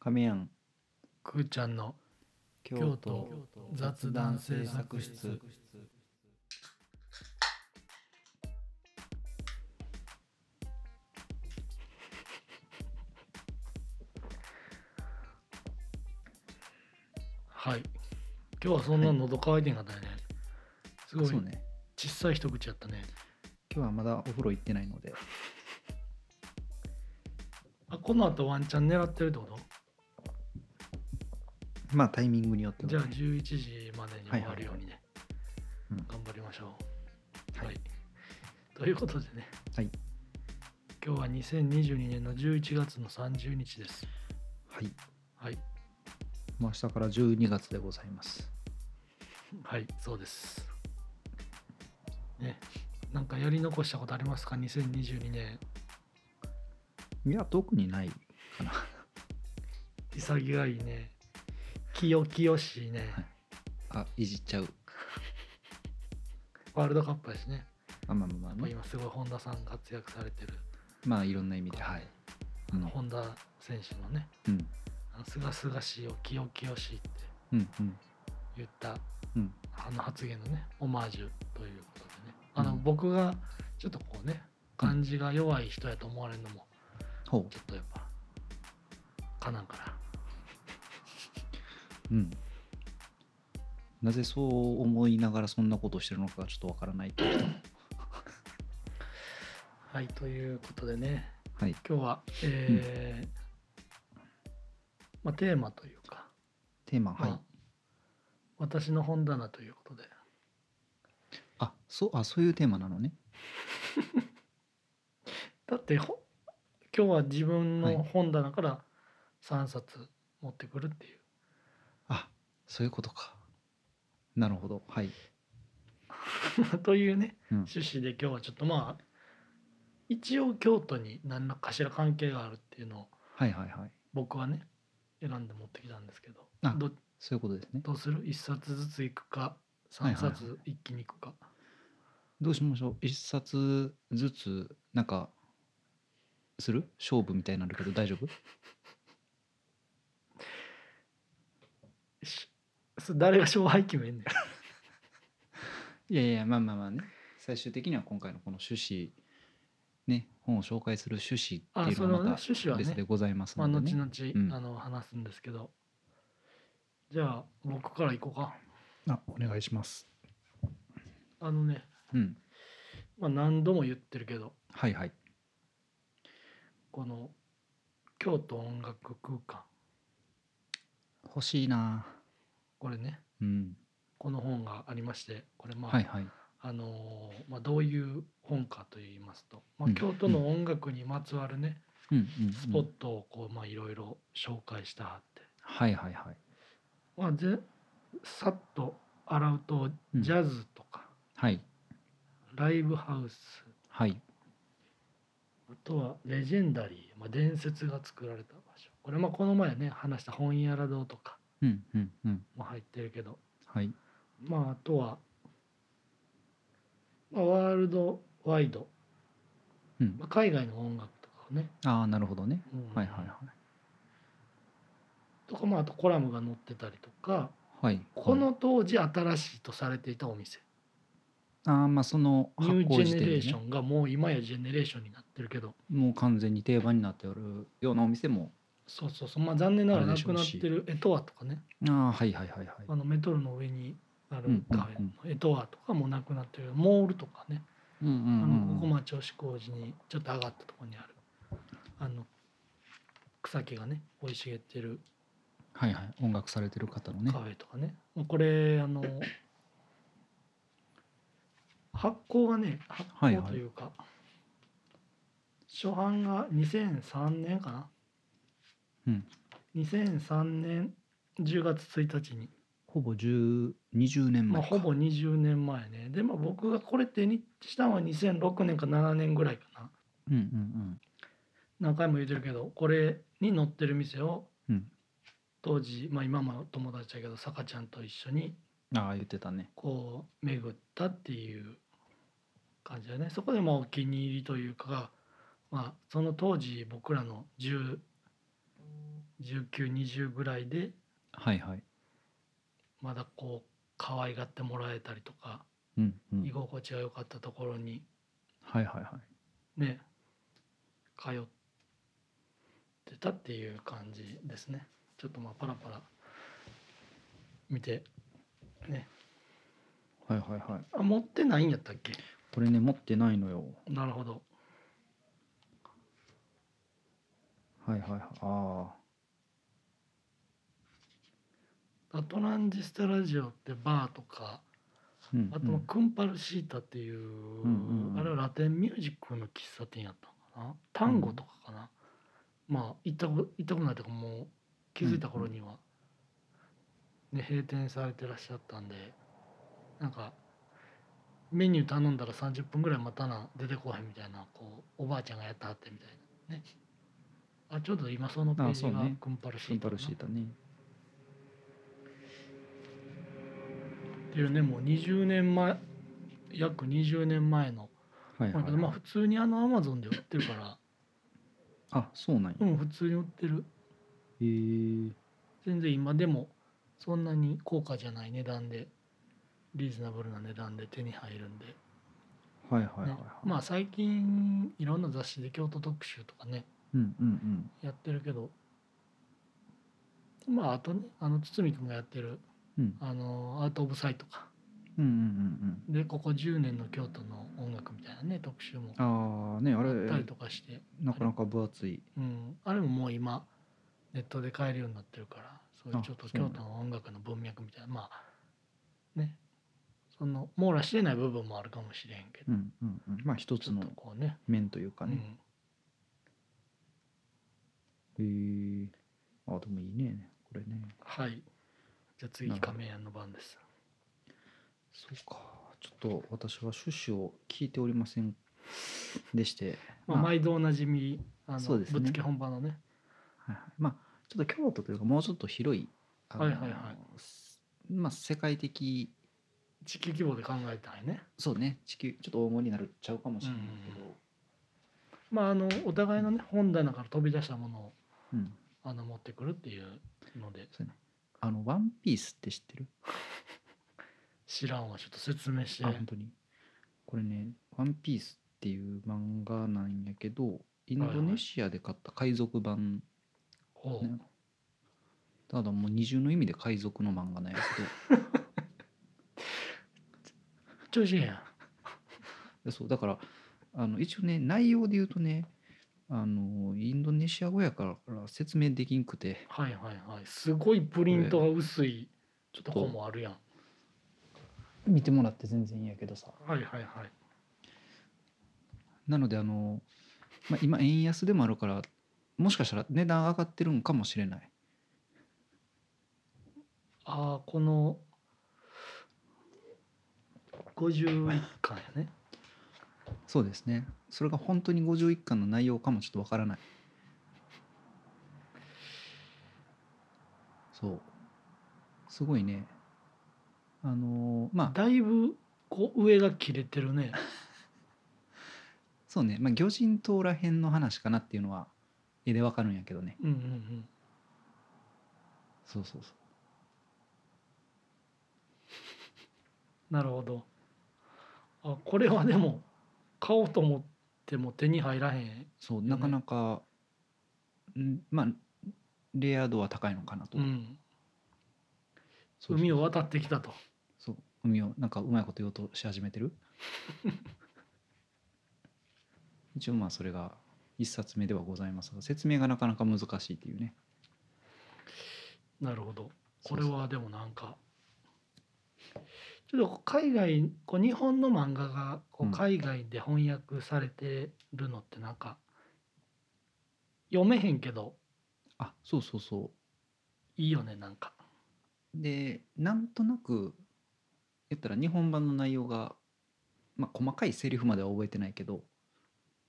亀やんくーちゃんの京京都都雑談制作室はい今日はそんな喉乾いてんかったよね、すごいそうね小さい一口やったね今日はまだお風呂行ってないのであこの後ワンチャン狙ってるってことまあタイミングによってはじゃあね11時までに終わるようにね、はいはいうん頑張りましょう。はいはい、ということでね、はい今日は2022年の11月の30日です。はいはい、もう明日から12月でございますはい、そうです。ね、なんかやり残したことありますか ?2022 年、いや特にないかな潔いね、清々しいね、はいあいじっちゃうワールドカップですね。あまあまあまやっぱあ、ね、今すごい本田さん活躍されてる、まあいろんな意味ではいあの本田選手のね、うんあのすがすがしいを清々しいってうんうん言ったうんあの発言のねオマージュということでねあの、うん僕がちょっとこうね感じが弱い人やと思われるのもほちょっとやっぱかなんからううんなぜそう思いながらそんなことをしてるのかがちょっとわからないけれどもはいということでねはい今日はえーまあ、テーマというか、テーマはい、まあ私の本棚ということであそうあそういうテーマなのねだってほ今日は自分はいの本棚から3冊持ってくるっていう、あそういうことかなるほどはい、という ねうん、趣旨で今日はちょっとまあ一応京都に何らかしら関係があるっていうのをはいはいはい僕はね選んで持ってきたんですけどあどそういうことですねどうする1冊ずついくかいはい3はい冊一気にいくか、どうしましょう一冊ずつなんかする勝負みたいになるけど大丈夫しそ誰が勝敗決めんねんいやいやまあまあまあね最終的には今回のこの趣旨ね本を紹介する趣旨っあていうそのの、はねま趣旨たは別でね、ございますまあ、ので、後ね々、うんあの話すんですけどじゃあ僕からいこうかあお願いしますあのね、うんまあ、何度も言ってるけどはいはいこの京都音楽空間欲しいなこれねうんこの本がありましてこれまあ、はいはいあのーまあ、どういう本かといいますと、まうあ、ん京都の音楽にまつわるね、うんうん、うん、スポットをこう、まあ、いろいろ紹介したはって、はいはいはいまあ、ぜさっと洗うとうんジャズとか、はいライブハウスはいあとはレジェンダリー、まあ、伝説が作られた場所これまあこの前ね話した本屋ら堂とかうんうんうんも入ってるけど、はいまあ、あとは、まあ、ワールドワイド、うんまあ、海外の音楽とかをね、ああなるほどねうんはいはいとか、まあ、あとコラムが載ってたりとかはいはいこの当時新しいとされていたお店、あーまあその発ニュ行ーしジェてネレる、ーショね、ンがもう今やジェネレーションになってるけどもう完全に定番になっておるようなお店もそうそうそうまあ残念ながらあれなでしくょうなっしてるエトワとかねああはいはいはいはいあのメトロの上にあうんるカフェのエトワとかもなくなってるモールとかねうんうんあのうんこうこんまで調子工事にちょっと上がったところにあるあの草木がね生い茂ってるはいはい音楽されてる方のねカフェとかねもうこれあの発行がね発はいは行いというか、初版が2003年かな、うん2003年10月1日に、ほぼ10 20年ま前あ、か、ほぼ20年前ねで、まあ、僕がこれ手にしたのは2006年か7年ぐらいかなうんうんうん何回も言ってるけどこれに載ってる店をうん当時、まあ、今も友達だけどさかちゃんと一緒にああ言ってたねこう巡ったっていう感じだねそこでまあお気に入りというかまあその当時僕らの10 1920ぐらいではいはい。まだこう可愛がってもらえたりとかうんうん。居心地が良かったところにはいはいはい。ね通ってたっていう感じですねちょっとまあパラパラ見てねはいはいはい。あ持ってないんやったっけこれね、持ってないのよ。なるほどはいはいはい。あアトランジスタラジオってバーとあ。かうん、あうとんクンパルシータっていう、んうんうんあれはラテンミュージックの喫茶店やったのかな単語とかかな、まあ行ったこ行ったことないとかもう気づいた頃には、ね閉店されてらっしゃったんでなんかメニュー頼んだら30分ぐらい待たな出てこへんみたいなこうおばあちゃんがやったってみたいなねあちょうど今そのページあそうがねクンパルシシーンタパかルなシータね。っていうねもう20年前約20年前のはいまはあい、けどまあはい普。通にあのアマゾンで売ってるからあ、そうなんや。うん普通に売ってるへえ。全然今でもそんなに高価じゃない値段でリーズナブルな値段で手に入るんで、ねはいはいはいはい。まあ最近いろんな雑誌で京都特集とかねうんうんうん。やってるけどまああとねあの堤君がやってるうん「あのアート・オブ・サイ」とかうんうんでここ10年の京都の音楽みたいなね特集もうんうん。ああ、ね、ああったりれ、とかして、なかなか分厚い。うん、あれももう今ネットで買えるようになってるからそういうあちょっとそう京なんだ都の音楽の文脈みたいなまあねその網羅してない部分もあるかもしれんけど、うんうんうん。まあ一ちつょっのとこうね、面というかうね。ん、へえ。あ、でもいいね。これね。はいじゃあ次なるほど亀屋の番ですそうか。ちょっと私は趣旨を聞いておりませんでして。まあ、毎度おなじみあのそうですねぶっつけ本番のねはいはい、まあちょっと京都というかもうちょっと広いあのはいはいはいすまあ世界的地球規模で考えたいねそうね地球ちょっと大盛りになるちゃうかもしれないけど、まああのお互いのね本棚から飛び出したものをうんあの持ってくるっていうのでそうねあの「ワンピースって知ってる知らんはちょっと説明してあ本当にこれね「ワンピースっていう漫画なんやけどインドネシアで買った海賊版、ほねただもう二重の意味で海賊の漫画なんやけ どう調子いいやんでそうだからあの一応ね内容で言うとねあのインドネシア語やから説明できんくてはいはいはいすごいプリントが薄いちょっとこともあるやん見てもらって全然いいんやけどさはいはいはいなのであの、まあ、今円安でもあるからもしかしたら値段上がってるんかもしれないああこの51巻やねそうですねそれが本当に51巻の内容かもちょっとわからないそうすごいねあのまあだいぶこう上が切れてるねそうね、まあ、魚人島らへんの話かなっていうのは絵でわかるんやけどねうんうんうんそうそうそうなるほどあこれはでも買おうと思っても手に入らへんそうねなかなか、んまあレイヤードは高いのかなと、うんそうそう海を渡ってきたとそう海をなんかうまいこと言おうとし始めて る一応まあそれが一冊目ではございますが説明がなかなか難しいっていうねなるほどそこうれそうはでもなんかちょっと海外こう日本の漫画がこうんう海外で翻訳されてるのってなんか読めへんけどあそうそうそいいよねなんかうでなんとなく言ったら日本版の内容がまあ細かいセリフまでは覚えてないけど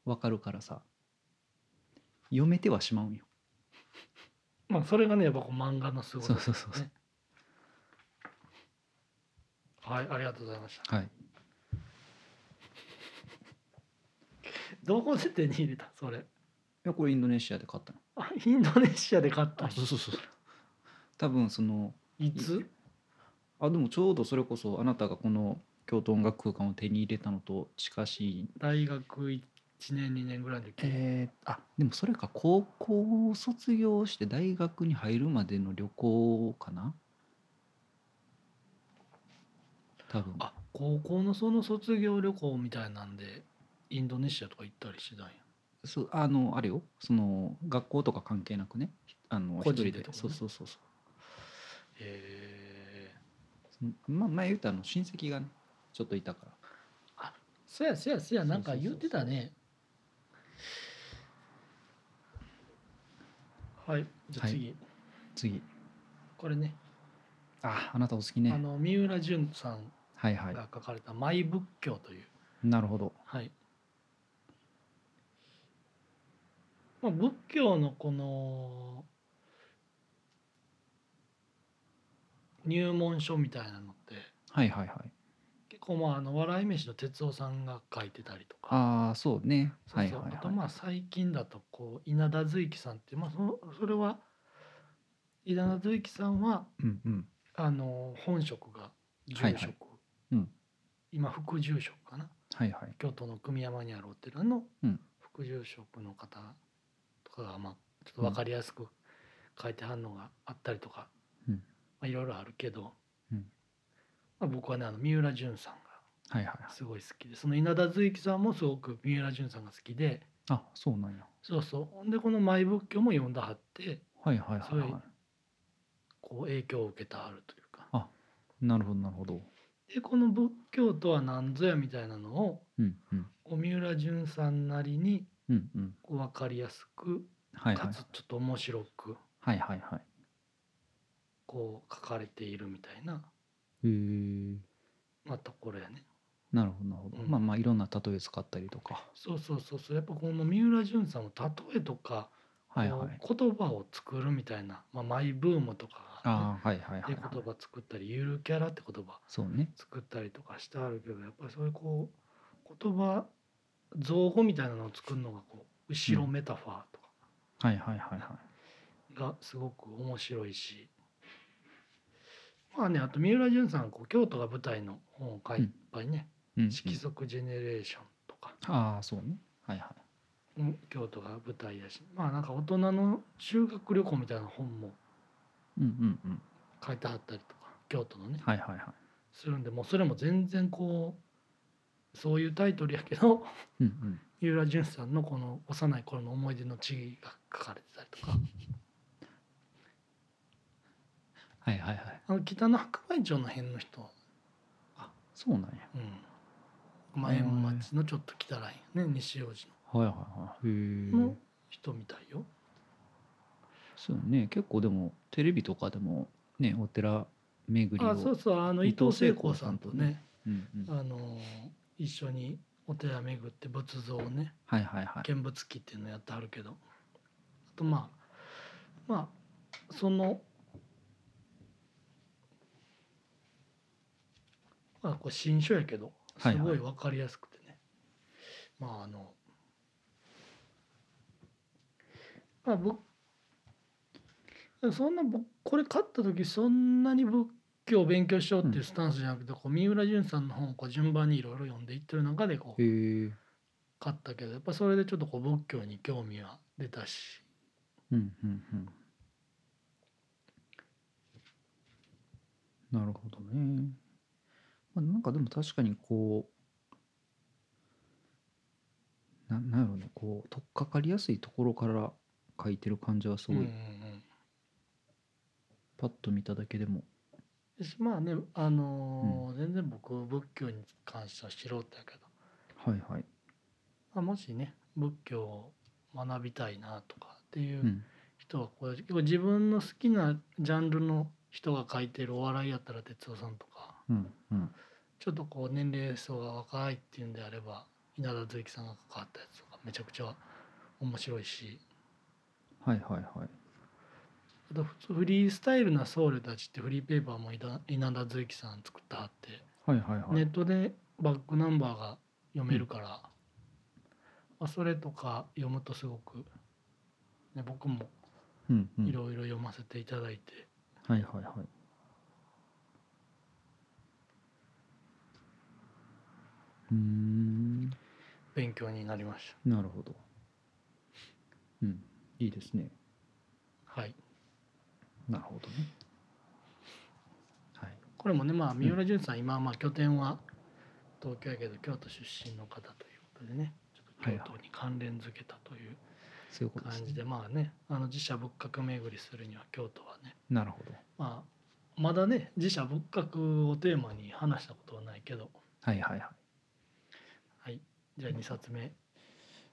わかるからさ読めてはしまうんよまあそれがねやっぱこう漫画のすごいそうそうそうそうねはいありがとうございましたはいどこで手に入れたそれいやこれインドネシアで買ったのあインドネシアで買ったあそうそうそう多分そのいつあでもちょうどそれこそあなたがこの京都音楽空間を手に入れたのと近しい大学1年2年ぐらいの時、えーあでもそれか高校を卒業して大学に入るまでの旅行かな多分あ高校のその卒業旅行みたいなんでインドネシアとか行ったりしてたんやそうあのあれよその学校とか関係なくねあの個一人人ででってことねそうそうそうそうへえそのまあ前言ったらあの親戚がねちょっといたからそやそやそやなんかそうそう言そっうそうてたねはいじゃあはい次、次これねああなたお好きあねの三浦淳さんはいはいが書かれた「マイ仏教」という、なるほどはいまあ、仏教のこの入門書みたいなのってはいはいはい結構まああの笑い飯の哲夫さんが書いてたりとかああそうねそうはいそうはいあとはまあ最近だとこう稲田随樹さんっていう、まあ、そのそれは稲田随樹さんはいうんうんあの本職が住職、はいはいうん今副住職かなはいはい京都の組山にあるお寺のうん副住職の方とかがまあちょっと分かりやすく書いてはんのがあったりとか、うんまあ、いろいろあるけど、うんまあ、僕はねあの三浦淳さんはいはいはいがすごい好きでその稲田随樹さんもすごく三浦淳さんが好きで。あそうなんやそうそうほんでこの「マイ仏教」も読んだはってはいはいはいそはこう影響を受けたはるというかいなるほどなるほどでこの仏教とは何ぞやみたいなのをうんうんこう三浦淳さんなりにうんうんこう分かりやすくはいはかいつちょっと面白くはいはいはいこう書かれているみたいな、へえまあ、ところやねなるほどなるほど、うんまあまあいろんな例え使ったりとかそうそうそうそうやっぱこの三浦淳さんも例えとかこはいはいう言葉を作るみたいな、まあ、マイブームとかがあああはいはいはってい、ではい、言葉作ったりゆるキャラって言葉そうね作ったりとかしてあるけどやっぱりそういうこう言葉造語みたいなのを作るのがこう後ろメタファーとかはいはいはいはがすごく面白いし、まあねあと三浦淳さんはこう京都が舞台の本を書いうんいっぱいねい、うんう「ん色即ジェネレーション」とか、ああそうねはいはいうん京都が舞台やしまあなんか大人の修学旅行みたいな本もうんうんうん書いてあったりとか京都のねはいはいはいするんでもうそれも全然こうそういうタイトルやけどうんうん三浦淳さんのこの幼い頃の思い出の地が書かれてたりとかはいはいはい あの北の白梅町の辺の人、あそうなんやうん、前町のちょっと北らへんね西大路はいはいはいへえのの人みたいよ、そうね結構でもテレビとかでもねお寺巡りをあそうそうあの伊伊藤藤聖聖子子ささんんととねね、うんうん、あのー一緒にお寺巡って仏像をねはいはいはい見物記っていうのやってはるけどあとまあまあそのまあこれ新書やけどはすいはいごい分かりやすくてね、まああのまあ僕そんな僕これ買った時そんなに仏教を勉強しようっていうスタンスじゃなくて、こう三浦淳さんの本をこう順番にいろいろ読んでいってる中でこうへえ買ったけどやっぱそれでちょっとこう仏教に興味は出たしうんうんうんなるほどね。まあ、なんかでも確かにこうななんやろうねこう取っかかりやすいところから書いてる感じはすごい、うんうんパッと見ただけでもうんしまあねあのー全然僕仏教に関しては素人やけど、はいはい。、まあ、もしね仏教を学びたいなとかっていううん人はこう結構自分の好きなジャンルの人が書いてるお笑いやったら哲夫さんとかうん、うん。ちょっとこう年齢層が若いっていうんであれば稲田随樹さんが関わったやつとかめちゃくちゃ面白いし。はいはいはい。あと普通フリースタイルな僧侶たちってフリーペーパーも稲田稲田随樹さん作ったはって、はいはいはい。ネットでバックナンバーが読めるから、まあ、それとか読むとすごくね僕もうんうんいろいろ読ませていただいて、はいはいはいうんん勉強になりましなるほどうんいいですねたはいなるほどねはいこれもねまあ三浦淳さん、今はまあ拠点は東京やけど京都出身の方ということでねちょっとはい京はい都に関連づけたというそういうことです感ねじで、まあねあの自社仏閣巡りするには京都はね、なるほどまあ、まだね自社仏閣をテーマに話したことはないけどはいはいはいはいじゃあ2冊目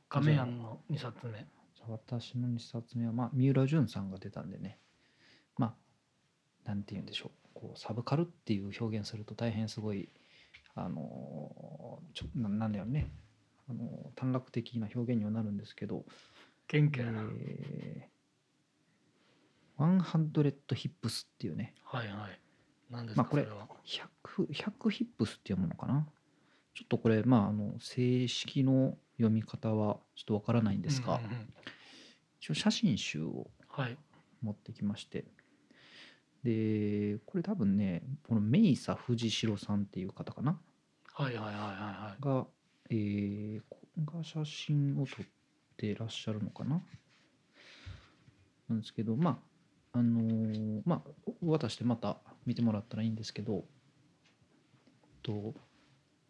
亀庵の2冊目じゃあ私の2冊目は、まあ、三浦淳さんが出たんでねまあなんて言うんでしょうこうサブカルっていう表現すると大変すごいあのーちょななんだよね、あのー短絡的な表現にはなるんですけど謙「え虚やな、ーワンハンドレッドヒップス」っていうねはいはい何ですか、まあこれそれは 100, 100ヒップスっていうものかなちょっとこれまああの正式の読み方はちょっとわからないんですが、うんうんうん一応写真集をはい持ってきましてでこれ多分ねこのメイサ藤代さんっていう方かなはいはいはいはいはいが、えー、こが写真を撮ってらっしゃるのかななんですけどまああのーまあお渡してまた見てもらったらいいんですけどと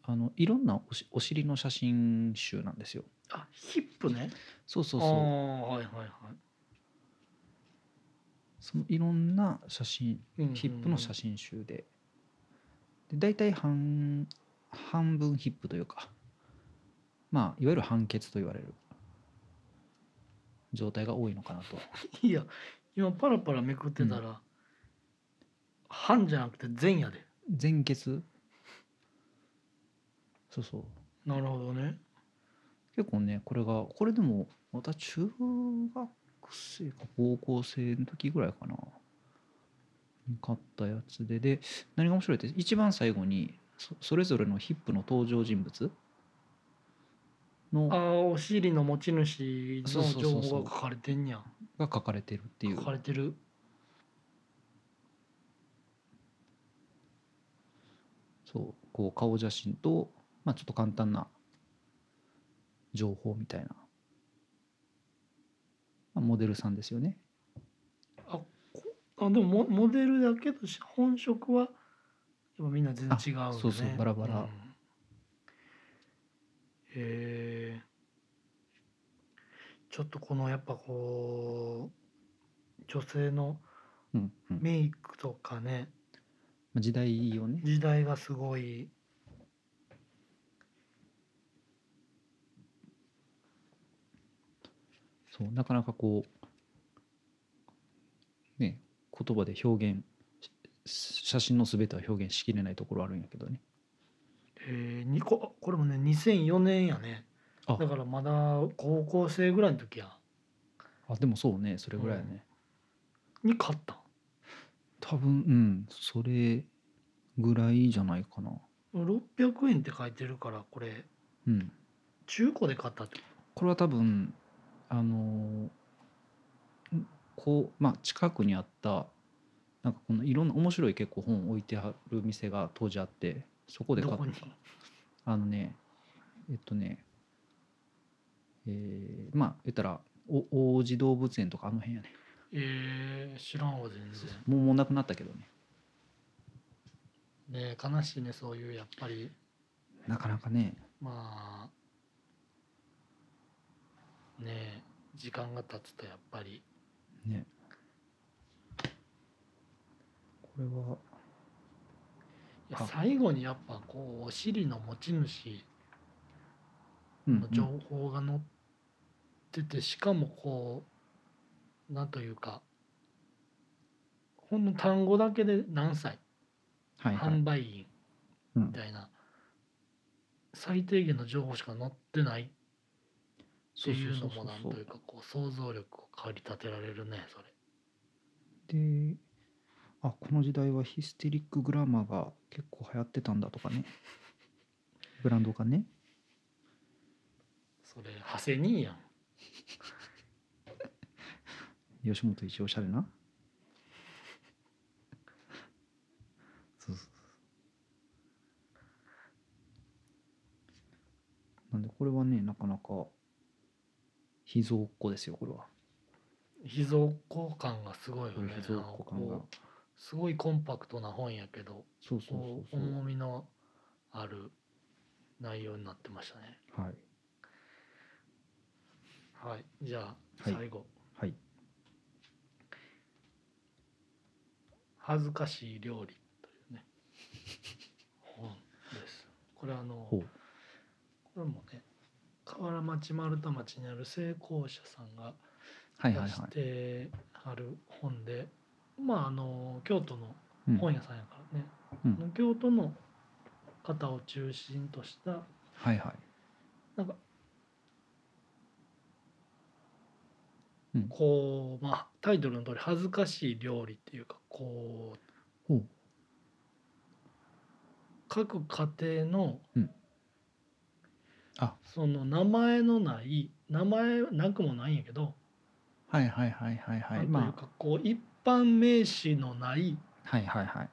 あのいろんなおしお尻の写真集なんですよあヒップねそうそうあそうーはいはいはいそのいろんな写真うんうんうんヒップの写真集でで大体半半分ヒップというかまあいわゆる判決と言われる状態が多いのかなといや今パラパラめくってたら、半じゃなくて前やで前決そうそうなるほどね結構ねこれがこれでもまた中学生か高校生の時ぐらいかなに買ったやつでで何が面白いって一番最後にそそれぞれのヒップの登場人物あのあお尻の持ち主そうそうのそうそ情う報が書かれてんやんが書かれてるっていう書かれてるそうこう顔写真と、まあ、ちょっと簡単な情報みたいな、まあ、モデルさんですよねあでもモモデルだけどし本職はやっぱみんな全然違うよあねそうそうバラバラんへえちょっとこのやっぱこう女性のうんうんまメイクとかねあ時代をね時代がすごいそうなかなかこうね言葉で表現し写真の全ては表現しきれないところあるんやけどねえー、にここれもね2004年やねあだからまだ高校生ぐらいの時やあでもそうねそれぐらいやね、に買ったん多分うんそれぐらいじゃないかな600円って書いてるからこれうん中古で買ったってここれは多分あのーんこうまあ近くにあったなんかこのいろんな面白い結構本置いてある店が当時あってそことでど買っこにあのねえっとねえー、まあ言ったらお王子動物園とかあの辺やねえー、知らんわ全もうもうなくなったけどね然ね悲しいねそういうやっぱりなかなかねまあねえ時間が経つとやっぱりねこれはいやあ最後にやっぱこうお尻の持ち主うんの情報が載っててしかもこうなんというかほんの単語だけで何歳はいはい販売員うみん、たいな最低限の情報しか載ってないっていうのもなんというかこう想像力を駆り立てられるねそれ。であこの時代はヒステリックグラマーが結構流行ってたんだとかねブランドがねそれ長谷兄やん吉本一おしゃれな そうそうそうなんでこれはねなかなか秘蔵っ子ですよこれは秘蔵っ子感がすごいよね秘蔵っ子感がこうすごいコンパクトな本やけどそうそうこうそうそう重みのある内容になってましたねはいはいじゃあはい最後、はい恥ずかしい料理とい うね本ですこれあのほうこれもね河原町丸太町にある成功者さんがはいはい出はしいてある本で、まああの京都のうん本屋さんやからね、うん京都の方を中心としたはいはいなんか、うんこうまあタイトルの通り恥ずかしい料理っていうかこうほう各家庭の、うんあその名前のない名前なくもないんやけど、はいはいはいはいなはいんというまかこう一般名詞のないあはいはいはい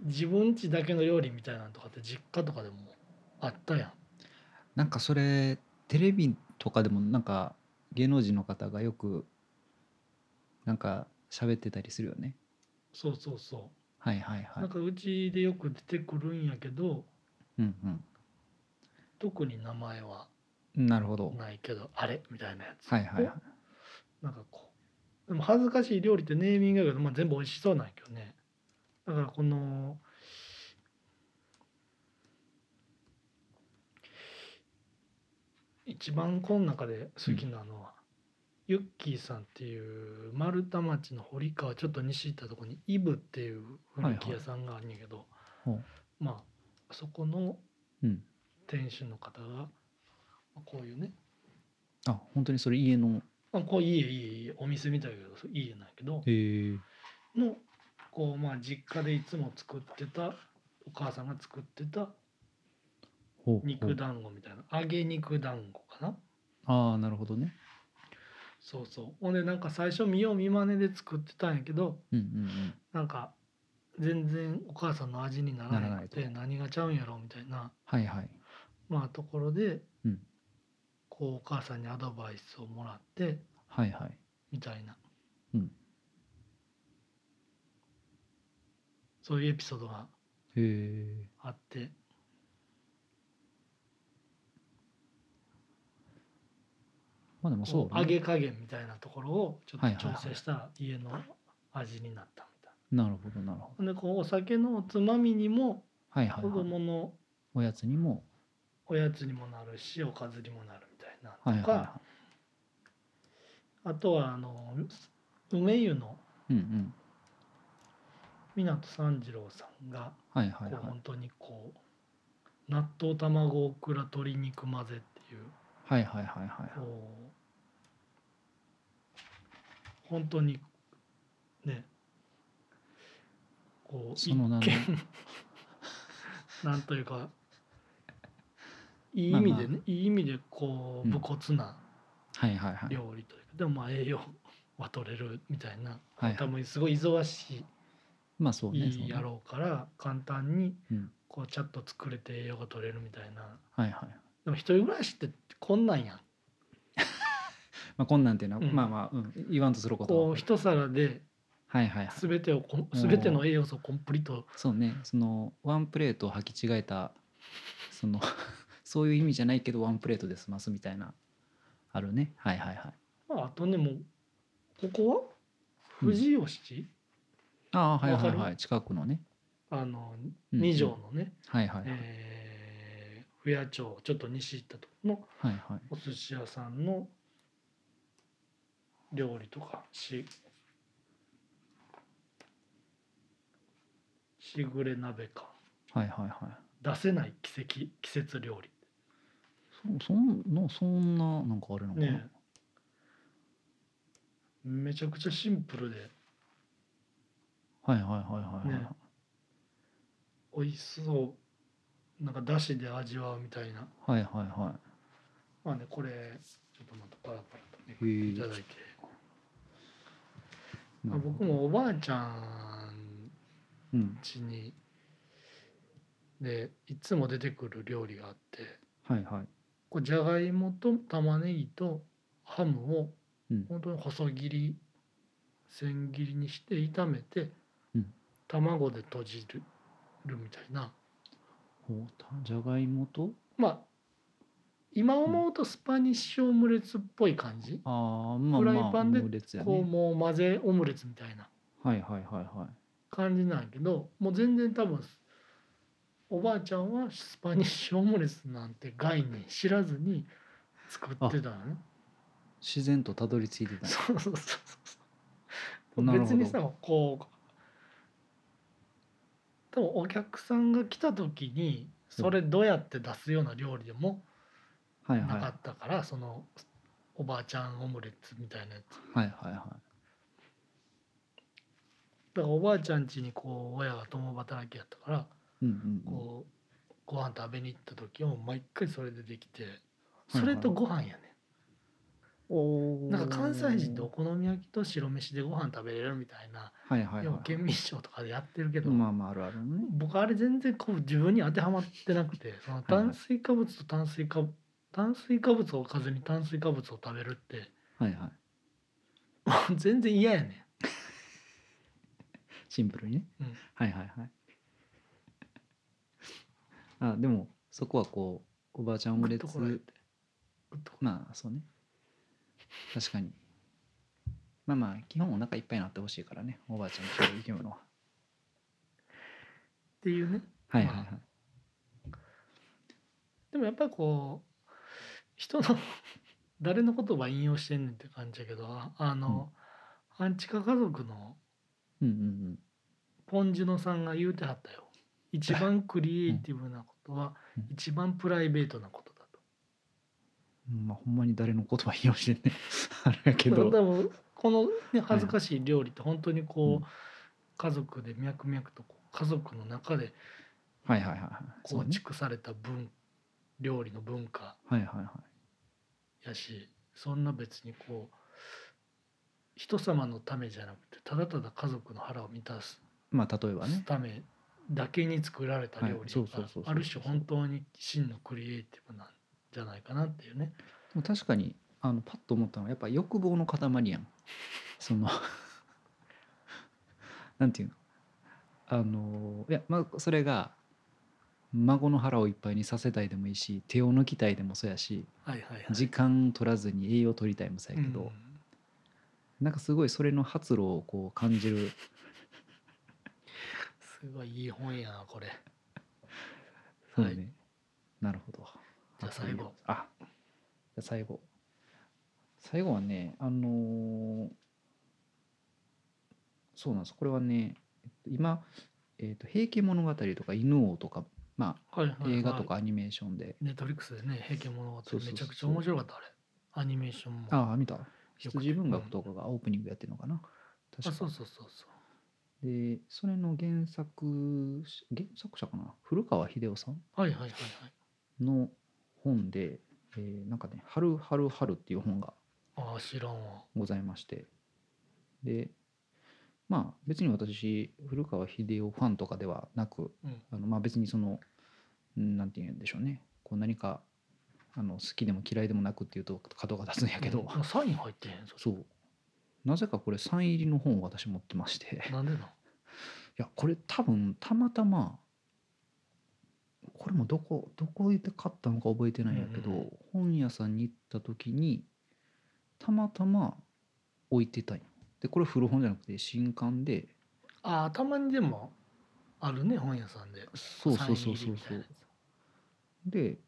自分家だけの料理みたいなのとかって実家とかでもあったやん。なんかそれテレビとかでもなんか芸能人の方がよくなんか喋ってたりするよねそうそうそ。はいはいうはなんいかうちでよく出てくるんやけどうん特に名前はうんなるほどないけどあれみたいなやつ。はいはいはいなんかこうでも恥ずかしい料理ってネーミングやけど、まあ、全部美味しそうなんやけどねだからこの一番この中で好きなのは、ユッキーさんっていう丸太町の堀川ちょっと西行ったとこにイブっていう古着屋さんがあるんやけど、ほうまあそこのうん店主の方がまあこういうねあ本当にそれ家のまあこういいえいいえいいえお店みたいだけどそういいえなんやけど、へえのこうまあ実家でいつも作ってたお母さんが作ってたほうほう肉団子みたいな揚げ肉団子かなああなるほどねそうそうほんでなんか最初見よう見まねで作ってたんやけどうんうんなんか全然お母さんの味にならなくてな何がちゃうんやろみたいなはいはいまあところで、うんこうお母さんにアドバイスをもらってはいはいみたいな、うんそういうエピソードがへえあってまあでもそうこう揚げ加減みたいなところをちょっはいはいとはい調整したら家の味になったみたいなるほどなるほどな。でこうお酒のおつまみにもはいはい、子はい、供のおやつにもおやつにもなるしおかずにもなるみたいはいなはといかはあとはあの梅湯のいうんうん湊三次郎さんがはいこはいうはい本当にこう納豆卵オクラ鶏肉混ぜっていうはいはいはいはいこう本当にねこうその名の一見なんというかいい意味でね、まいい意味でこううん武骨なはいはいはい料理というか、でもまあ栄養は取れるみたいな、はいはい多分すごい忙しまあそうい、ねいいやそうねろうから簡単にうんこうちゃっと作れて栄養が取れるみたいなはいはいでも一人暮らしってこんなんやんまあ、こんなんていうのは、うんまあまあ、うん、言わんとすることはこう一皿ではいはいはい全てをこん全ての栄養素をコンプリートそうねそのワンプレートを履き違えたその そういう意味じゃないけどワンプレートで済ますみたいなあるねはいはいはいまああとねもうここはうん富士吉、ああはいはいわかはい近くのね、あのうん二条のね、はいはいはい、えー不夜町ちょっと西行ったとこのはいはいお寿司屋さんの料理とかししぐれ鍋かはいはいはい出せない奇跡季節料理そそんなそんななんかあるのかな、ねえめちゃくちゃシンプルではいはいはいはいはい、ね美味しそうなんかだしで味わうみたいなはいはいはまあねこれちょっとまたパラパラとねいへいたえだいてなまあるほど僕もおばあちゃんうん家にでいつも出てくる料理があってはいはいこうじゃがいもと玉ねぎとハムをうん本当に細切り千切りにして炒めて、うん卵で閉じるるみたいなほうたじゃがいもとまあ今思うとスパニッシュオムレツっぽい感じ、ああまあフライまあパンでオムレツやこうねもう混ぜオムレツみたいなはいはいはいはい感じなんやけどもう全然多分おばあちゃんはスパニッシュオムレツなんて概念知らずに作ってたのね。自然とたどり着いてたんやそうそうそうそう。なるほど別にさこう多分お客さんが来た時にそれどうやって出すような料理でもはいなはいかったから、そのおばあちゃんオムレツみたいなやつはいはいはだからおばあちゃん家にこう親が共働きやったからいうんうんうんこうご飯食べに行った時はもう毎回それでできていそれとご飯やね、おーなんか関西人ってお好み焼きと白飯でご飯食べれるみたいな、はいはい要はは県民賞とかでやってるけいど、まあまああるあるね僕あれ全然こう自分に当てはまってなくてその炭水化物と炭水化炭水化物をおかずに炭水化物を食べるって はいはいもう全然嫌やねシンプルにね、うんはいはいはい あでもそこはこうおばあちゃんオん。ムグレッとこらえツてグッとこらまあそうね確かにまあまあ基本お腹いっぱいになってほしいからねおばあちゃんと生き物はっていうねはいはいはい、でもやっぱりこう人の 誰の言葉引用してんねんって感じやけどああの、アンチカ家族のうんうんポンジュノさんが言うてはったよ一番クリエイティブなことはうんうん一番プライベートなことだと。うんまあほんまに誰の言葉引用してんね あれやけどでもこの、ね、恥ずかしい料理って本当にこう、うん家族で脈々とこう家族の中ではいはいはいはいそ構うね築された文、料理の文化はいはいはいやしそんな別にこう人様のためじゃなくてただただ家族の腹を満たすまあ例えばねためだけに作られた料はい理そうとそうかそうそうある種本当に真のクリエイティブなんじゃないかなっていうねでも確かにあのパッと思ったのはやっぱ欲望の塊やんその なんていうのあのいやまあそれが孫の腹をいっぱいにさせたいでもいいし手を抜きたいでもそうやしはいはいはい時間取らずに栄養取りたいもそうやけうどん、なんかすごいそれの発露をこう感じるすごいいい本やなこれ そうね、はいなるほどじゃあ最後あじゃあ最後最後はねあのーそうなんですこれはねえっと今「えっと平家物語」とか「犬王」とか、まはいあ、はいはい映画とかアニメーションで、ネットフリックスでね「平家物語」そうそうそうめちゃくちゃ面白かったあれアニメーションもああ見たよくて羊文学とかがオープニングやってるのかな確かあそうそうそうそうでそれの原作し原作者かな古川英夫さんはいはいはいはいの本で、えーなんかね「春春春」っていう本がああ知らんわございましてでまあ別に私古川英夫ファンとかではなく、うんあのまあ、別にそのうんなんて言うんでしょうねこう何かあの好きでも嫌いでもなくっていうと角が立つんやけど、うんサイン入ってへんぞそうなぜかこれサイン入りの本を私持ってましていなんでなんやこれ多分たまたまこれもどこどこで買ったのか覚えてないんやけど、うんうんう本屋さんに行った時にたまたま置いてたんよでこれ古本じゃなくて新刊でああたまにでもあるね本屋さんでそうそうそうサそイン入りうみたそういなやつで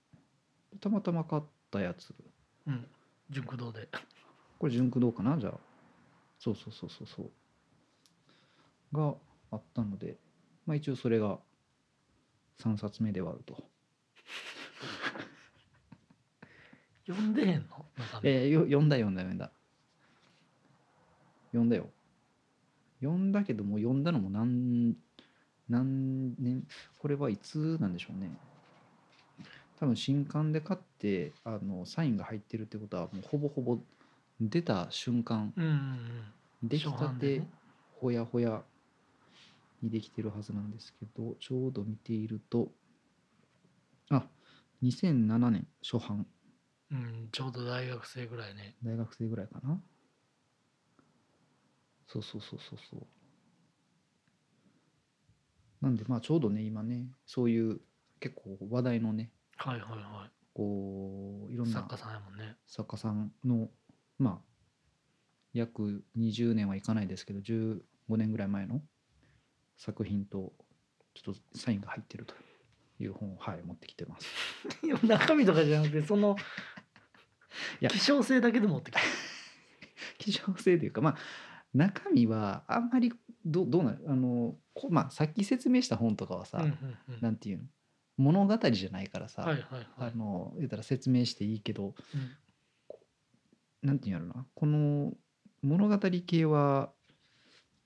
たまたま買ったやつうん熟堂で これ純駆動かなじゃあそうそうそうそうそうがあったのでまあ一応それが3冊目ではあると、読んでへんの中身えーよ読んだ読んだ読んだ読んだよ読んだけども読んだのも何何年これはいつなんでしょうね多分新刊で買ってあのサインが入ってるってことはもうほぼほぼ出た瞬間うんうんうん出来た初版て、でねほやほやにできてるはずなんですけどちょうど見ているとあ2007年初版うん、ちょうど大学生ぐらいね。大学生ぐらいかなそうそうそうそうそうなんでまあちょうどね今ねそういう結構話題のねはいはいはこういろい。んな作家さんやもんね。作家さんのまあ約20年はいかないですけど15年ぐらい前の作品とちょっとサインが入ってるという本をはい持ってきてます。 いや中身とかじゃなくて、そ の、いや希少性だけで持ってきた。希少性というかまあ中身はあんまりどどうなるあのこまあさっき説明した本とかはさ、うんうんうんなんていうの物語じゃないからさ、はいはいはいあ。の言ったら説明していいけどうんなんていうんやろなこの物語系は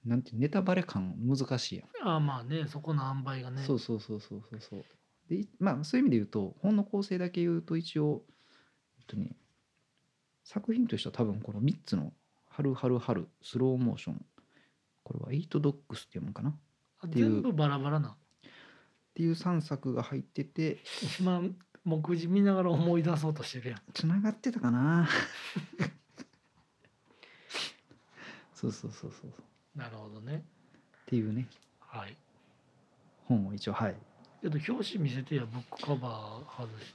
なんていうネタバレ感難しいやん、ああまあね、そこの塩梅がね。そうそうそうそうそうそうでいまあそういう意味で言うと本の構成だけ言うと一応、えっとね、作品としては多分この3つの「春春春」「スローモーション」これは「エイトドッグス」って読むんかなっあっていう全部バラバラな。ていう3作が入ってて今、目次見ながら思い出そうとしてるやん。つながってたかなそうそうそうそうなるほどっね。ていうねはい。本を一応はいちょっと表紙見せてや、ブックカバー外して。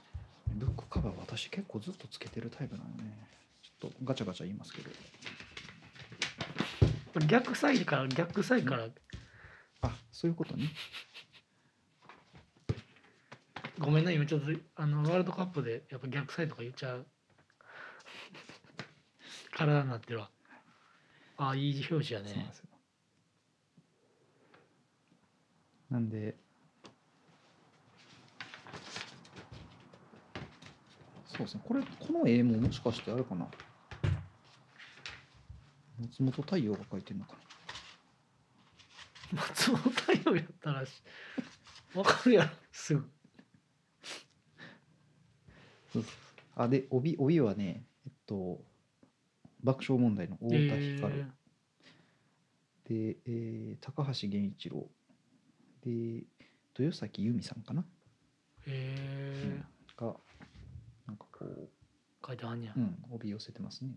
ブックカバー私結構ずっとつけてるタイプなのねちょっとガチャガチャ言いますけど逆サイドから、逆サイドから、あそういうことねごめんな、今ちょっと、あの、ワールドカップで、やっぱ逆サイドとか言っちゃう。 体になってるわ。ああ、いい表紙やそうなんねで。すよなんでそうですねこれこの絵ももしかしてあれかな松本太陽が描いてるのかな松本太陽やったらしい。わかるやろ、すぐ。そうそうそうあで帯帯はねえっと爆笑問題の太田光、えーで、えー高橋源一郎で豊崎由美さんかな、えがなんかこう、ー、書いてあんねや。うん、帯寄せてますね、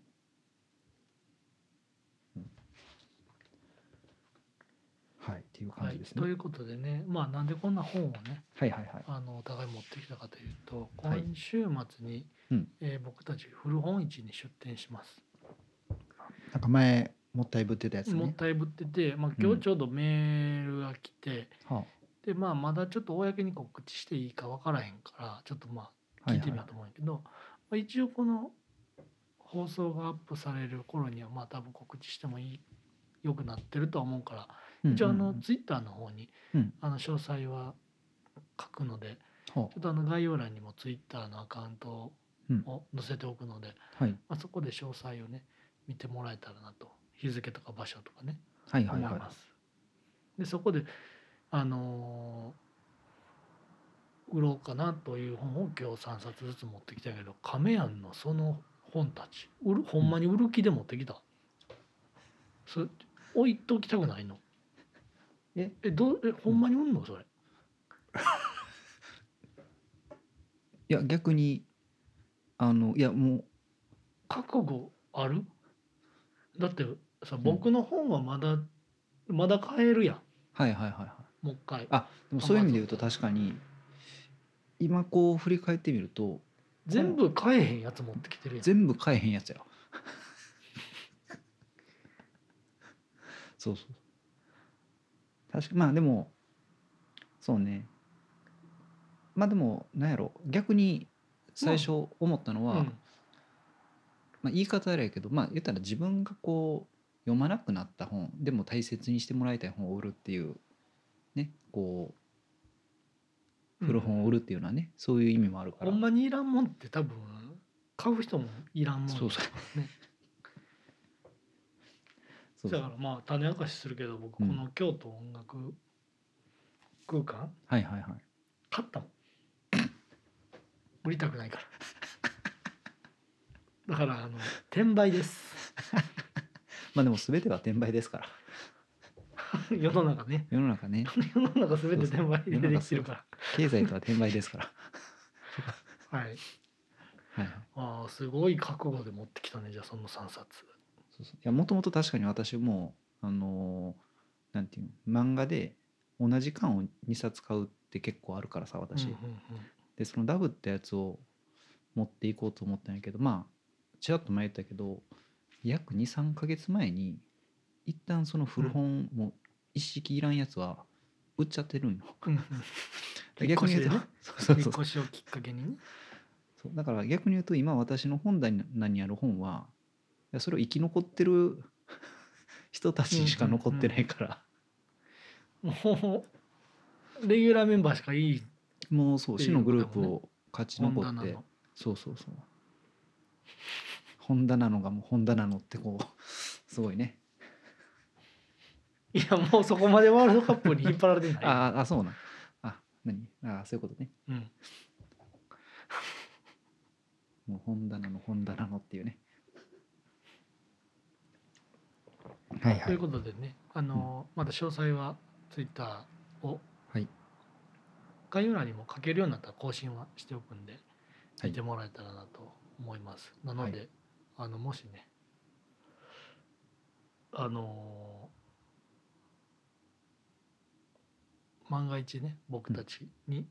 うんはいっていう感はじいです、ね、とはいい、うことでね、まあ、なんでこんな本をねはいはいはいあのお互い持ってきたかというとはい今週末に、うんえー僕たち古本市に出店します。なんか前もったいぶってたやつもっねたいぶってて、まあ、今日ちょうどメールが来て、はでまあ、まだちょっと公に告知していいか分からへんからちょっとまああ聞いてみよはうと思うんやけど、まあ、一応この放送がアップされる頃にはまあ多分告知してもいいよくなってるとは思うからいはい一応あうんうんのツイッターの方に、うんあの詳細は書くのでうんはちょっとあの概要欄にもツイッターのアカウントうんを載せておくので、あはいまあ、そこで詳細をね見てもらえたらなと日付とか場所とかねはい思はいいまはす。いでそこであのー売ろうかなという本を今日3冊ずつ持ってきたけど亀庵のその本たち売るほんまに売る気で持ってきた、それ置いときたくないのええどうえほんまに売んのそれいや逆にあのいやもう覚悟あるだってさ僕の本はまだ、まだ買えるやはいはいはいはいんもう一回あでもそういう意味で言うと確かに今こう振り返ってみると全部買えへんやつ持ってきてるやん全部買えへんやつや わそうそう確かまあでもそうねまあでもなんやろ逆に最初思ったのは、うんまあ、言い方あれやけどまあ言ったら自分がこう読まなくなった本でも大切にしてもらいたい本を売るっていうねこう古本を売るっていうのはね、そういう意味もあるかほらんまにいらんもんって多分買う人もいらんもんそうそうねそうそだうからまあ種明かしするけど僕こうんの京都音楽空間はいはいはい買ったもん売りたくない からだからあの転売です まあでも全てが転売ですから世の中ね世の中ね世の中すべて転売でできてるか経済とは転売です かららはいはい、はい、ああすごい覚悟で持ってきたねじゃあその3冊そうそういやもともと確かに私もあのーなんていうの漫画で同じ巻を2冊買うって結構あるからさ私、うんうんでそのダブってやつを持っていこうと思ったんやけどまあちらっと前言ったけど約23ヶ月前に一旦その古本もう一式いらんやつは売っちゃってるんよ、うんうんうん逆に言う とそう引そうっそう越しをきっかけにねそうだから逆に言うと今私の本棚にある本はいやそれを生き残ってる 人たちしか残ってないから、もうレギュラーメンバーしかいいもうそう死のグループを勝ち残本っ棚て、のそうそうそう本棚のがもう本棚のってこう すごいねいやもうそこまでワールドカップに引っ張られてないあああそうなんあ何あそういうことねうん、もう本棚の本棚のっていうねはいはといいうことでねあのーまだ詳細はツイッターをはい概要欄にも書けるようになったら更新はしておくんではい見てもらえたらなと思います、なので、はあのもしねあのー万が一ね僕たちに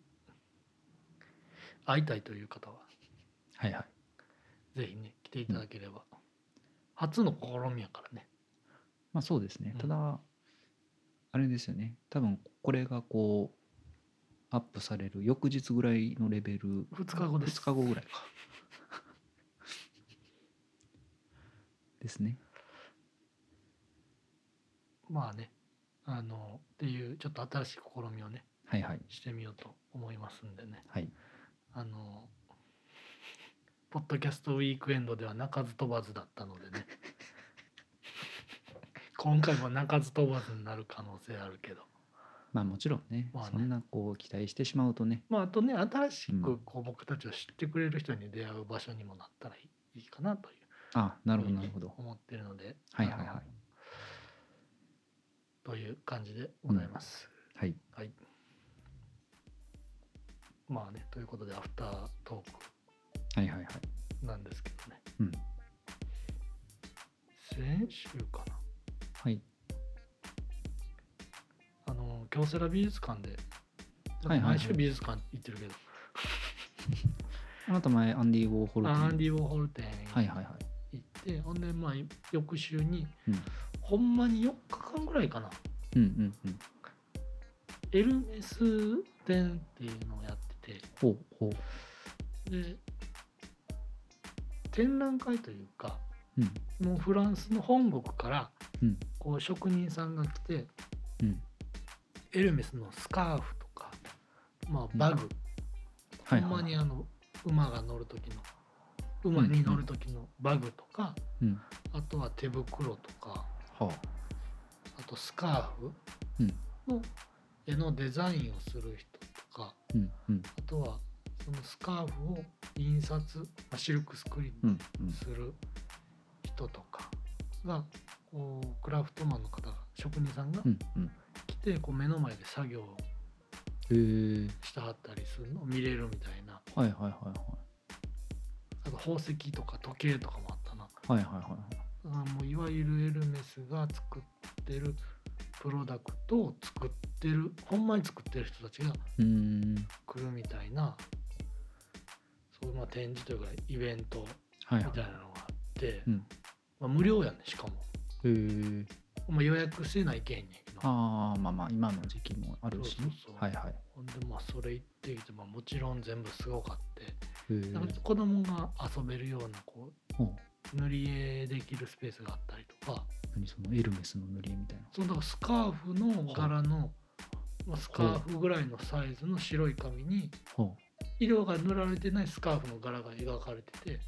会いたいという方ははいはいぜひね来ていただければ、初の試みやからねまあそうですねうんただ、あれですよね多分これがこうアップされる翌日ぐらいのレベル2日後です2日後ぐらいかですねまあねあのっていうちょっと新しい試みをねはいはいしてみようと思いますんでねはいあのポッドキャストウィークエンドでは鳴かず飛ばずだったので ね今回も鳴かず飛ばずになる可能性あるけどまあもちろんね,、まあそねんなこう期待してしまうとねまああとね新しうくんこう僕たちを知ってくれる人に出会う場所にもなったらいいいいかなというあなるほどふうなにるほど思ってるのではいはいはいあのという感じでございます、はいはいまあねということでアフタートーはいはいはいクなんですけどねうん先週かなはいあの京セラ美術館ではいはいはい毎週美術館行ってるけど、あなた前アンディ・ウォーホルアンディ・ウォーホル展はい行はいはいって、ほんでまあ翌週に、うんほんまに4日間ぐらいかなうんうんうんエルメス展っていうのをやってほうほうてで展覧会というかうんもうフランスの本国からうんこう職人さんが来てうんエルメスのスカーフとか、まあ、バグ、はいほんはまいにはいあの馬が乗る時の馬に乗る時のバグとか、うんはあとは手袋とかああとスカうーんフの絵のデザインをする人とかうんうんあとはそのスカーフを印刷、まあ、シルクスクリーうンんうんする人とかがこうクラフトマンの方が職人さんがうんうん来てこう目の前で作業をへえしてはったりするのを見れるみたいなはいはいはいあと宝石とか時計とかもあったなはいはいはいはいはいあもういわゆるエルメスが作ってるプロダクトを作ってるほんまに作ってる人たちがうーん来るみたいなそういうまあ展示というかイベントはいみはたいいなのがあって、うんまあ、無料やねしかも、へえまあ、予約せないけんねんけどああまあまあ今の時期もあるしねそうそうそうはいはいへほんでまあそれ行ってきて、まあ、もちろん全部すごかって、えなんか子供が遊べるようなこほうう塗り絵できるスペースがあったりとか何そのエルメスの塗り絵みたいなそのだからスカーフの柄の、まあ、スカーフぐらいのサイズの白い紙にほ色が塗られてないスカーフの柄が描かれてて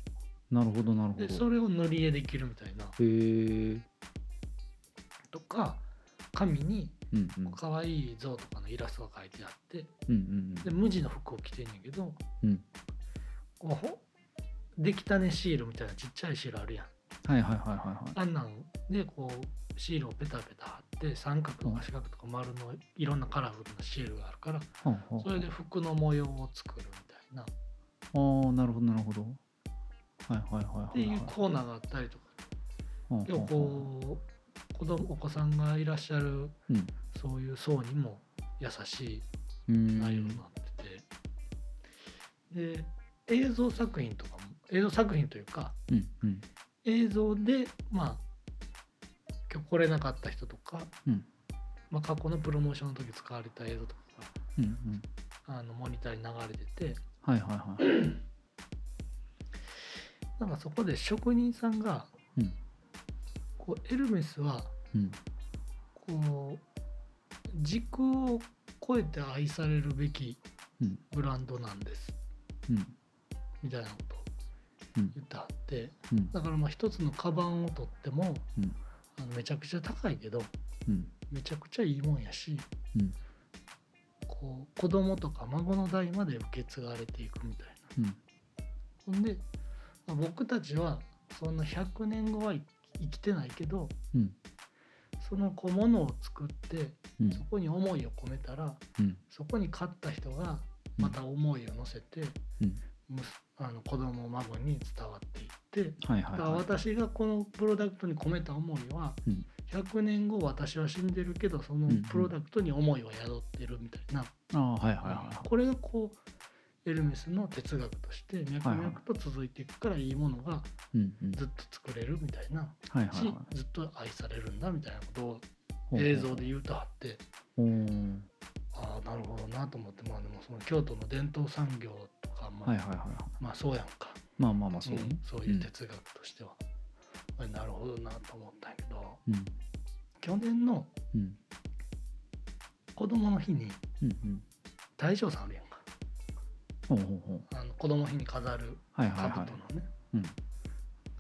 うなるほどなるほどでそれを塗り絵できるみたいなへえとか紙にうんうん可愛い像とかのイラストが描いてあってうんで無地の服を着てんねんけどうんうんこうほできたねシールみたいなちっちゃいシールあるやんはいはいはいはいはいあんなんでこうシールをペタペタ貼って三角とか四角とか丸のいろんなカラフルなシールがあるからほうほうそれで服の模様を作るみたいなっああなるほどなるほどはいはいはいはいはいていうコーナーがあったりとかほう今ほ日うほこう子供お子さんがいらっしゃるううんそういう層にも優しうーいん内容になってて、で映像作品とかも映像作品というかうんうん映像でまあ今日来れなかった人とか、うんまあ、過去のプロモーションの時使われた映像とかうんうんがあのモニターに流れててはいはいはいなんかそこで職人さんがうんこうエルメスはうんこう時空を超えて愛されるべきうんブランドなんですうんみたいなことをうん言ってはってうんだからまあ一つのカバンを取っても、うんあのめちゃくちゃ高いけどうんめちゃくちゃいいもんやし、うんこう子供とか孫の代まで受け継がれていくみたいうんな。ほんで、まあ僕たちはそんな100年後は生生きてないけどうんその小物を作ってうんそこに思いを込めたらうんそこに勝った人がまた思いを乗せて、うんむすあの子供孫に伝わっていってはいはだいからはい私がこのプロダクトに込めた思いは、うん100年後私は死んでるけどそのうんうんプロダクトに思いは宿ってるみたいな、ああはいはいはいこれがこうエルメスの哲学として脈はいはい々と続いていくからいいものがうんうんずっと作れるみたいな、はいはいし、はいずっと愛されるんだみたいなことをほうほう映像で言うとあって、おーああなるほどなと思ってまあでもその京都の伝統産業とかも、はいはいはいはいまあそうやんか。まあまあまあそうねんそういう哲学としては、まあなるほどなと思ったんやけどうん去年のうん子供の日にうんうん大将さんあるやんかほうほうほうあの子供の日に飾るはいはいは兜のいね、うんが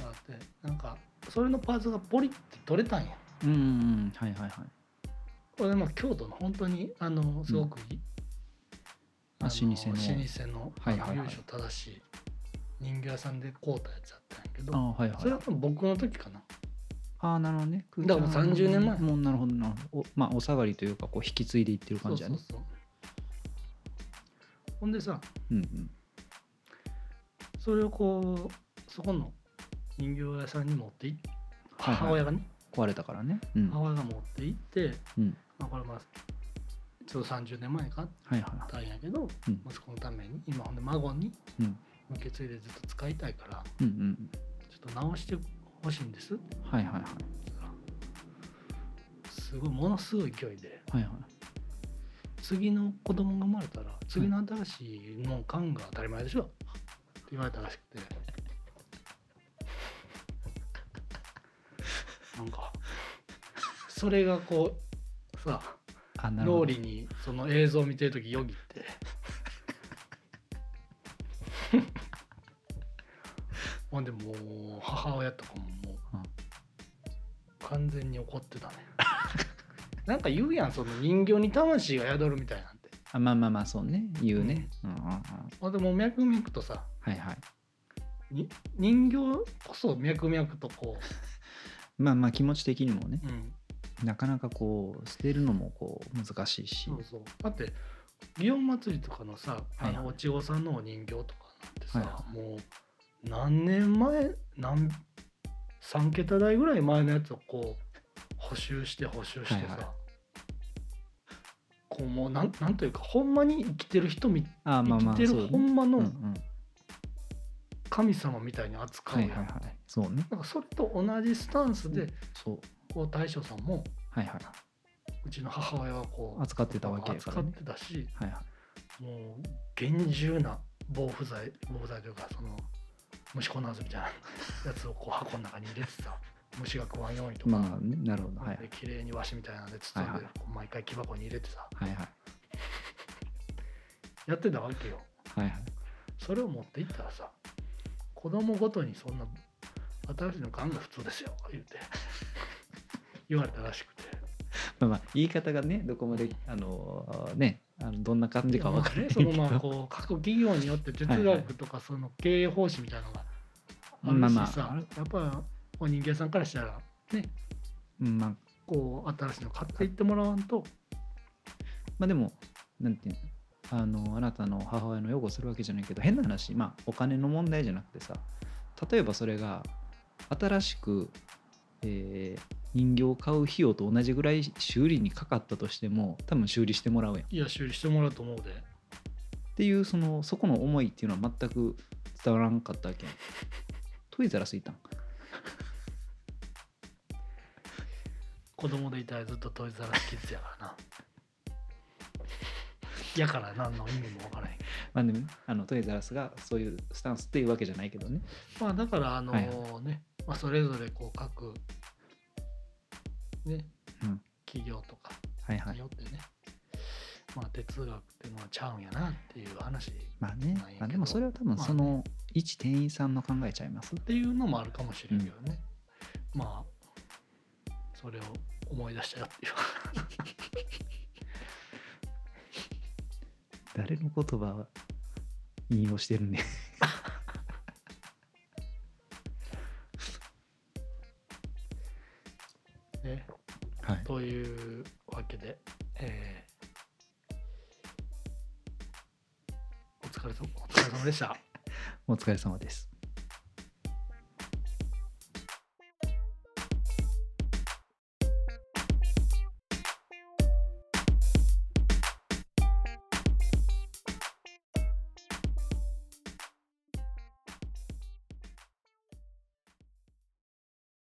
あってなんかそれのパーツがポリって取れたんやうんうんうんはいはいはいこれまあ京都の本当にあのすごくいい、ああ老舗の老舗のはいはいはいあの由緒正しい人形屋さんで買うたやつあったんやけあどあはいそれははい多分僕の時かなああなるほどねだからもう30年前もうなるほどなるほどおまあお下がりというかこう引き継いでいってる感じやねそうそうそうほんでさうんうんそれをこうそこの人形屋さんに持っていはいはい母親がね、壊れたからねうん母親が持って行って、うんまあ、これまあちょうど30年前に買っはいはいはたんやけど、うん息子のために今ほんで孫にいうん受け継いでずっと使いたいからうんうんちょっと直してほしいんですってはいはいはい言ったらすごいものすごい勢いではいはい次の子供が生まれたら次の新しいもん買うんが当たり前でしょって言われたらしくて なんかそれがこうさあなるほ脳ど裏にその映像を見てる時よ ぎってほんでもう母親とかももうんう完全に怒ってたねなんか言うやんその人形に魂が宿るみたいなんてあまあまあまあそうね言うねうんうんうんはほんでもう脈々とさいはいに人形こそ脈々とこまあまあ気持ち的にもねう、うん、なかなかこう捨てるのもこう難しいしそうそうだって祇園祭とかのさ、はいあはいのおちごさんのお人形とかなんてさ、はいはもう何年前何3桁台ぐらい前のやつをこう補修して補修してさ、はいはいこうもうなんなんというかほんまに生きてる人みあまあま生あきてそうるほんまうんうのん神様みたいに扱はういやん、はいはいそうねなんかそれと同じスタンスでそうこう大将さんもはいはいはいうちの母親はこう扱ってたわけやか扱らっねてたしはいはいもう厳重な防腐剤防腐剤というかその虫粉ずみたいなやつをこう箱の中に入れてさ 虫が食わんようにとか、まあねなるほどはいで綺麗に和紙みたいなので包んで、はいはいこう毎回木箱に入れてさはいはいやってたわけよはいはいそれを持っていったらさ子供ごとにそんな新しいの買うの普通ですよ言うて 言われたらしくてまあまあ言い方がねどこまであのねあのどんな感じか分からないけそどのまあこう各企業によって哲学とかその経営方針みたいなのがあまあるましさ、あやっぱお人形屋さんからしたらねうんまあこう新しいの買っていってもらわんとまあでもなんていうのあのあなたの母親の擁護するわけじゃないけど変な話まあお金の問題じゃなくてさ例えばそれが新しく、えー人形を買う費用と同じぐらい修理にかかったとしても多分修理してもらうやんっいや修理してもらうと思うでていうそのそこの思いっていうのは全く伝わらんかったわけやんトイザらスいたん子供でいたらずっとトイザらスキッズやか らなやから何の意味もわからへんまあでもねあのトイザラスがそういうスタンスっていうわけじゃないけどねまあだからあのはいね、まあ、それぞれこう各ね、うん企業とかはいはにいよってね、まあ哲学っていうのはちゃうんやなっていう話っまあねまあいいけどまあでもそれは多分まあねその一店員さんの考えちゃいますていうのもあるかもしれんけどね、まあそれを思い出したよっていう誰の言葉を引用してるねね。はいというわけで、えーお疲れ様お疲れ様でした。 お疲れ様です